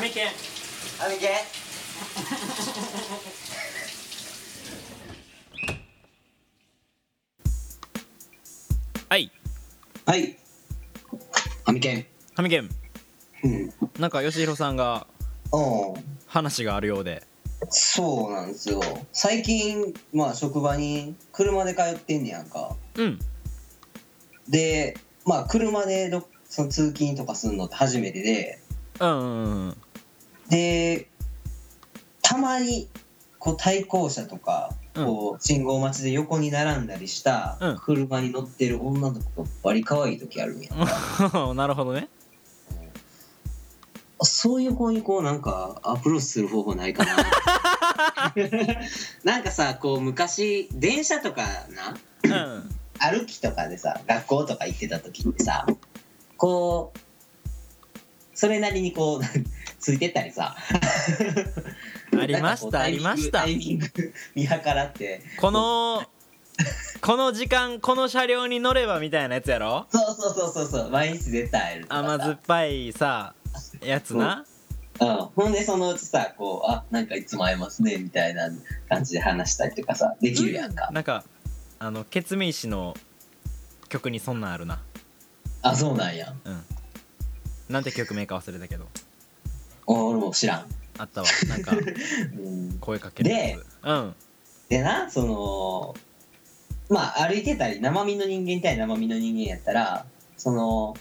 メ犬あみけはいはいあみけんハメ犬うんなんか吉弘さんがうん話があるようでそうなんですよ最近まあ職場に車で通ってんねやんかうんでまあ車でどその通勤とかするのって初めてでうんうんうんでたまにこう対向車とか、うんこう信号待ちで横に並んだりしたうん車に乗ってる女の子が割り可愛い時あるんや、うん なるほどねそういう子にこうなんかアプローチする方法ないかな なんかさこう昔電車とかなうん歩きとかでさ学校とか行ってた時ってさこうそれなりにこう ついてったりさありましたありましたタイミングタイミング見計らってこのこの時間この車両に乗ればみたいなやつやろそうそうそうそうそう毎日絶対会えるとかさ甘酸っぱいさやつなうん、ほんでそのうちさこうあなんかいつも会えますねみたいな感じで話したりとかさできるやんか、なんかあのケツメイシの曲にそんなんあるなあそうなんやうんなんて曲名か忘れたけどお俺も知らん、あったわなんかうん、声かけるやつうんでなそのまあ歩いてたり生身の人間対生身の人間やったらその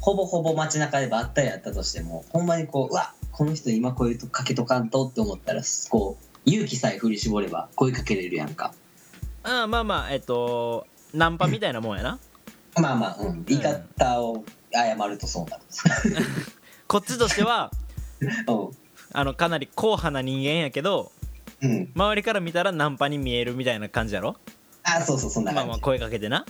ほぼほぼ街中でばったりやったとしてもほんまにこううわこの人今声かけとかんとって思ったらこう勇気さえ振り絞れば声かけれるやんかああまあまあえっとナンパみたいなもんやな まあまあ、うん、言い方を謝るとそうなる、 こっちとしては うんあのかなり硬派な人間やけどうん、周りから見たらナンパに見えるみたいな感じやろあそうそうそんなまあ感まあじ、声かけてな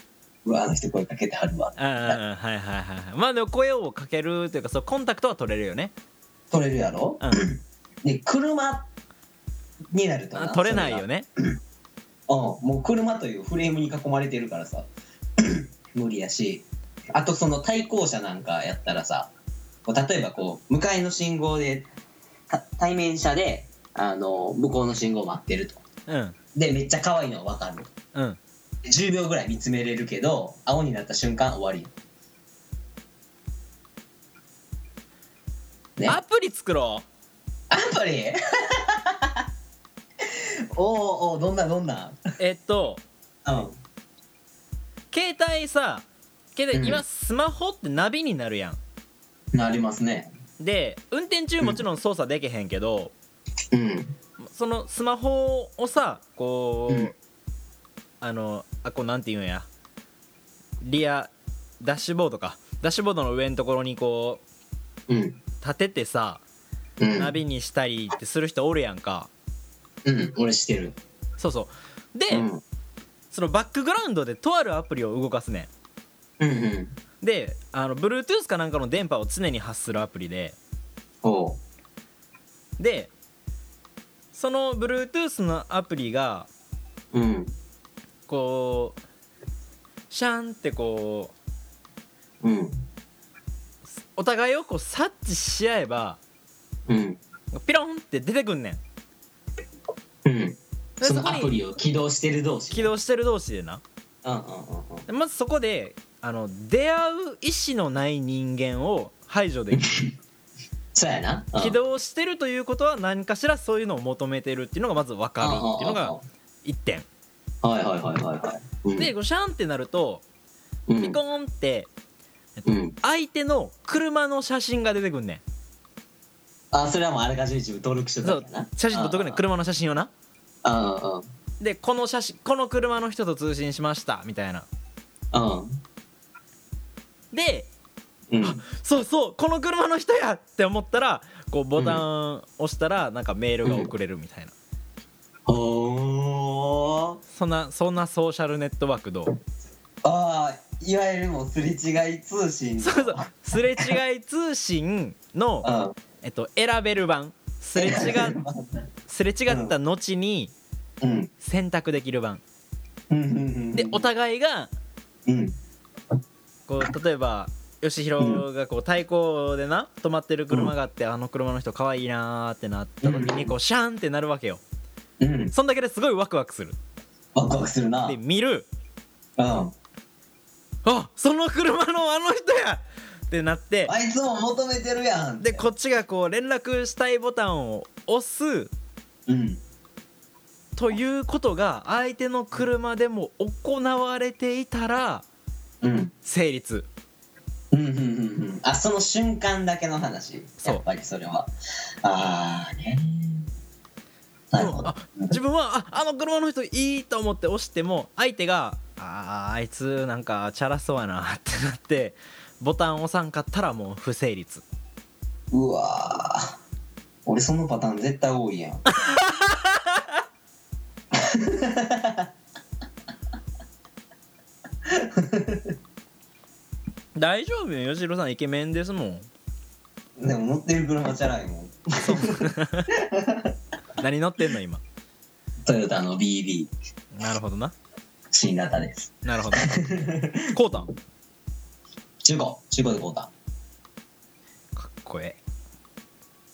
うわあの人声かけてはるわうんうんうんはいはいはいはいまあでも声をかけるというかそうコンタクトは取れるよね取れるやろうんで車になるとあ取れないねよねうん、もう車というフレームに囲まれてるからさ 無理やしあとその対向車なんかやったらさこう例えばこう向かいの信号でた対面車であの向こうの信号待ってるとうんでめっちゃ可愛いのは分かるうん10秒ぐらい見つめれるけど青になった瞬間終わりよねアプリ作ろアプ リおうおうどんなどんなうえっとうん携帯さ携帯う今んスマホってナビになるやんなりますねで運転中もちろん操作できへんけど、うんそのスマホをさこう、うんあのあこうなんていうんやリアダッシュボードかダッシュボードの上のところにこううん立ててさうんナビにしたりってする人おるやんか、うん、俺してる。そうそうで、うん、そのバックグラウンドでとあるアプリを動かすねうん、うん。んであの Bluetooth かなんかの電波を常に発するアプリでおう。でその Bluetooth のアプリがうん、こうシャンってこううん、お互いをこう察知し合えばうん、ピロンって出てくんねんうん。でそそこのアプにリを起動してる同士。起動してる同士でなうん、うん、うん、でまずそこであの出会う意思のない人間を排除できるそうやな。うん起動してるということは何かしらそういうのを求めてるっていうのがまず分かるっていうのが。1点うんはい、はい、はい、はい、はい。うんで、こうシャンってなるとうんピコーンってうん。相手の車の写真が出てくんねんあ、それはもうあらかじめ自分登録してたんやな。写真撮っとくねん車の写真をなうん。うん、うん、でこの写真この車の人と通信しましたみたいなうん。でうん、そうそうこの車の人やって思ったらこうボタン押したらなんかメールが送れるみたいな、ほーそんなそんなソーシャルネットワークどうああいわゆるもうすれ違い通信そうそうすれ違い通信の、うんえっと、選べる版す れ違すれ違った後にうん選択できる版うんうんうんでお互いがうんこう例えば吉弘がこう対向でな止まってる車があって、あの車の人可愛いなーってなった時にこうシャーンってなるわけようんそんだけですごいワクワクするワクワクするなでうん見るああその車のあの人やってなっていつも求めてるやんでこっちがこう連絡したいボタンを押すうんということが相手の車でも行われていたらうん成立うんうんうんうんあその瞬間だけの話そうやっぱりそれはああねなるほどあ自分はああの車の人いいと思って押しても相手が「あーあいつなんかチャラそうやな」ってなってボタン押さんかったらもう不成立うわー俺そのパターン絶対多いやん大丈夫よ吉郎さんイケメンですもんでも乗ってる車チャラいもん何乗ってんの今トヨタの BB なるほどな新型ですなるほどこうたん中古中古で買うたかっこええ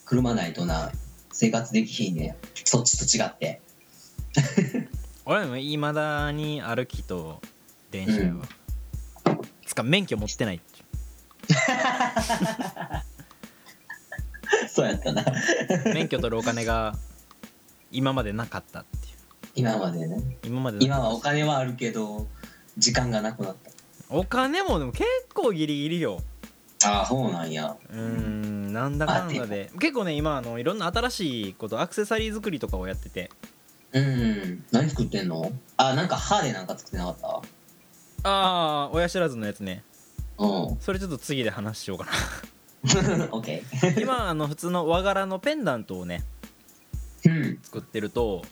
車ないとな生活できひんねんそっちと違って俺もいまだに歩きと電車やうんわつか免許持ってないっていうそうやったな免許取るお金が今までなかったっていう今までね今までな今はお金はあるけど時間がなくなっお金もでも結構ギリギリよたああそうなんやうーんなんだかんだで結構ね今あのいろんな新しいことアクセサリー作りとかをやっててうん何作ってんのあなんか歯でなんか作ってなかっああ親知らずのやつねたうん オそれちょっと次で話しよう かなッケ今あの普通の和柄のペンダントをねー作ってると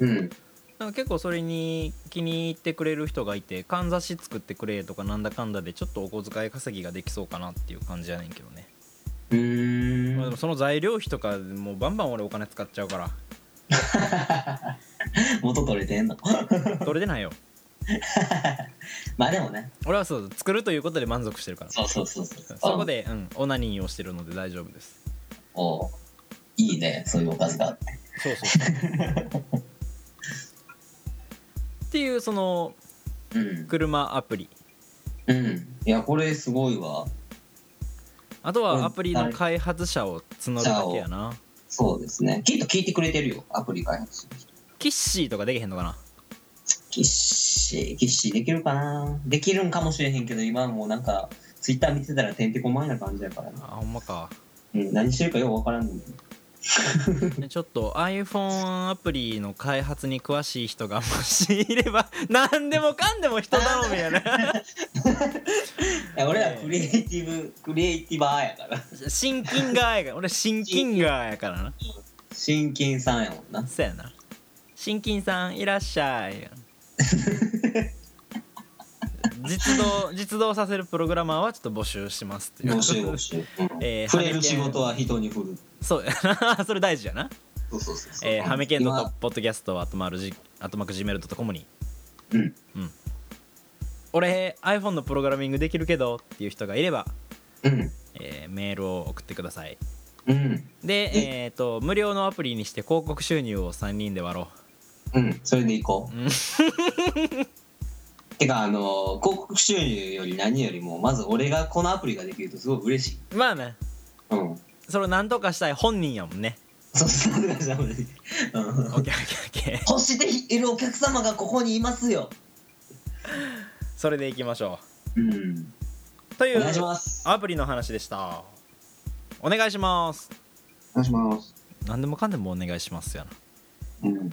うんうんなんか結構それに気に入ってくれる人がいてかんざし作ってくれとかなんだかんだでちょっとお小遣い稼ぎができそうかなっていう感じやねんけどね、うーんまあ、でもその材料費とかもうバンバン俺お金使っちゃうから 元取れてんの取れてないよまあでもね俺はそう作るということで満足してるからそうそうそうそそうこで、うん、オナニーをしてるので大丈夫です。おういいねそういうおかずがあってそうそう。 っていうそのうん車アプリ。うんいやこれすごいわあとうんはアプリの開発者を募るだけやな。そうですねきっと聞いてくれてるよアプリ開発する人キッシーとかできへんのかなキッシーキッシーできるかなできるんかもしれへんけど今もうなんかツイッター見てたらてんてこまいな感じやからな、あ、ほんまか。うん、何してるかようわからんねんけどでちょっと iPhone アプリの開発に詳しい人がもしいれば 何でもかんでも人頼みやな。 いや俺らクリエイティブクリエイティバーやから親近側やから。俺親近側やからな。真剣さんやもんなそうやな。新金さんいらっしゃい。 実動実動させるプログラマーはちょっと募集しますっていう。募集募集、うん えー触れる仕事は人に振るそうやな。 それ大事やな。そうそうそうそうえー、ハメケンドと今ポッドキャストはあとまるじあとまくじめるともに。うん俺 iPhone のプログラミングできるけどっていう人がいれば、うんえーメールを送ってください。うんで、ええっと無料のアプリにして広告収入を3人で割ろうんそれでいこう、うん。てかあのー広告収入より何よりもまず俺がこのアプリができるとすごい嬉しいうまあね、うんそれを何とかしたい本人やもんね。そうそうだからうオんッケーオッケーオッケー。欲しているお客様がここにいますよそれでいきましょうんう。といお願いしうますアプリの話でした。お願いします。お願いします何でもかんでもお願いしますやな。うん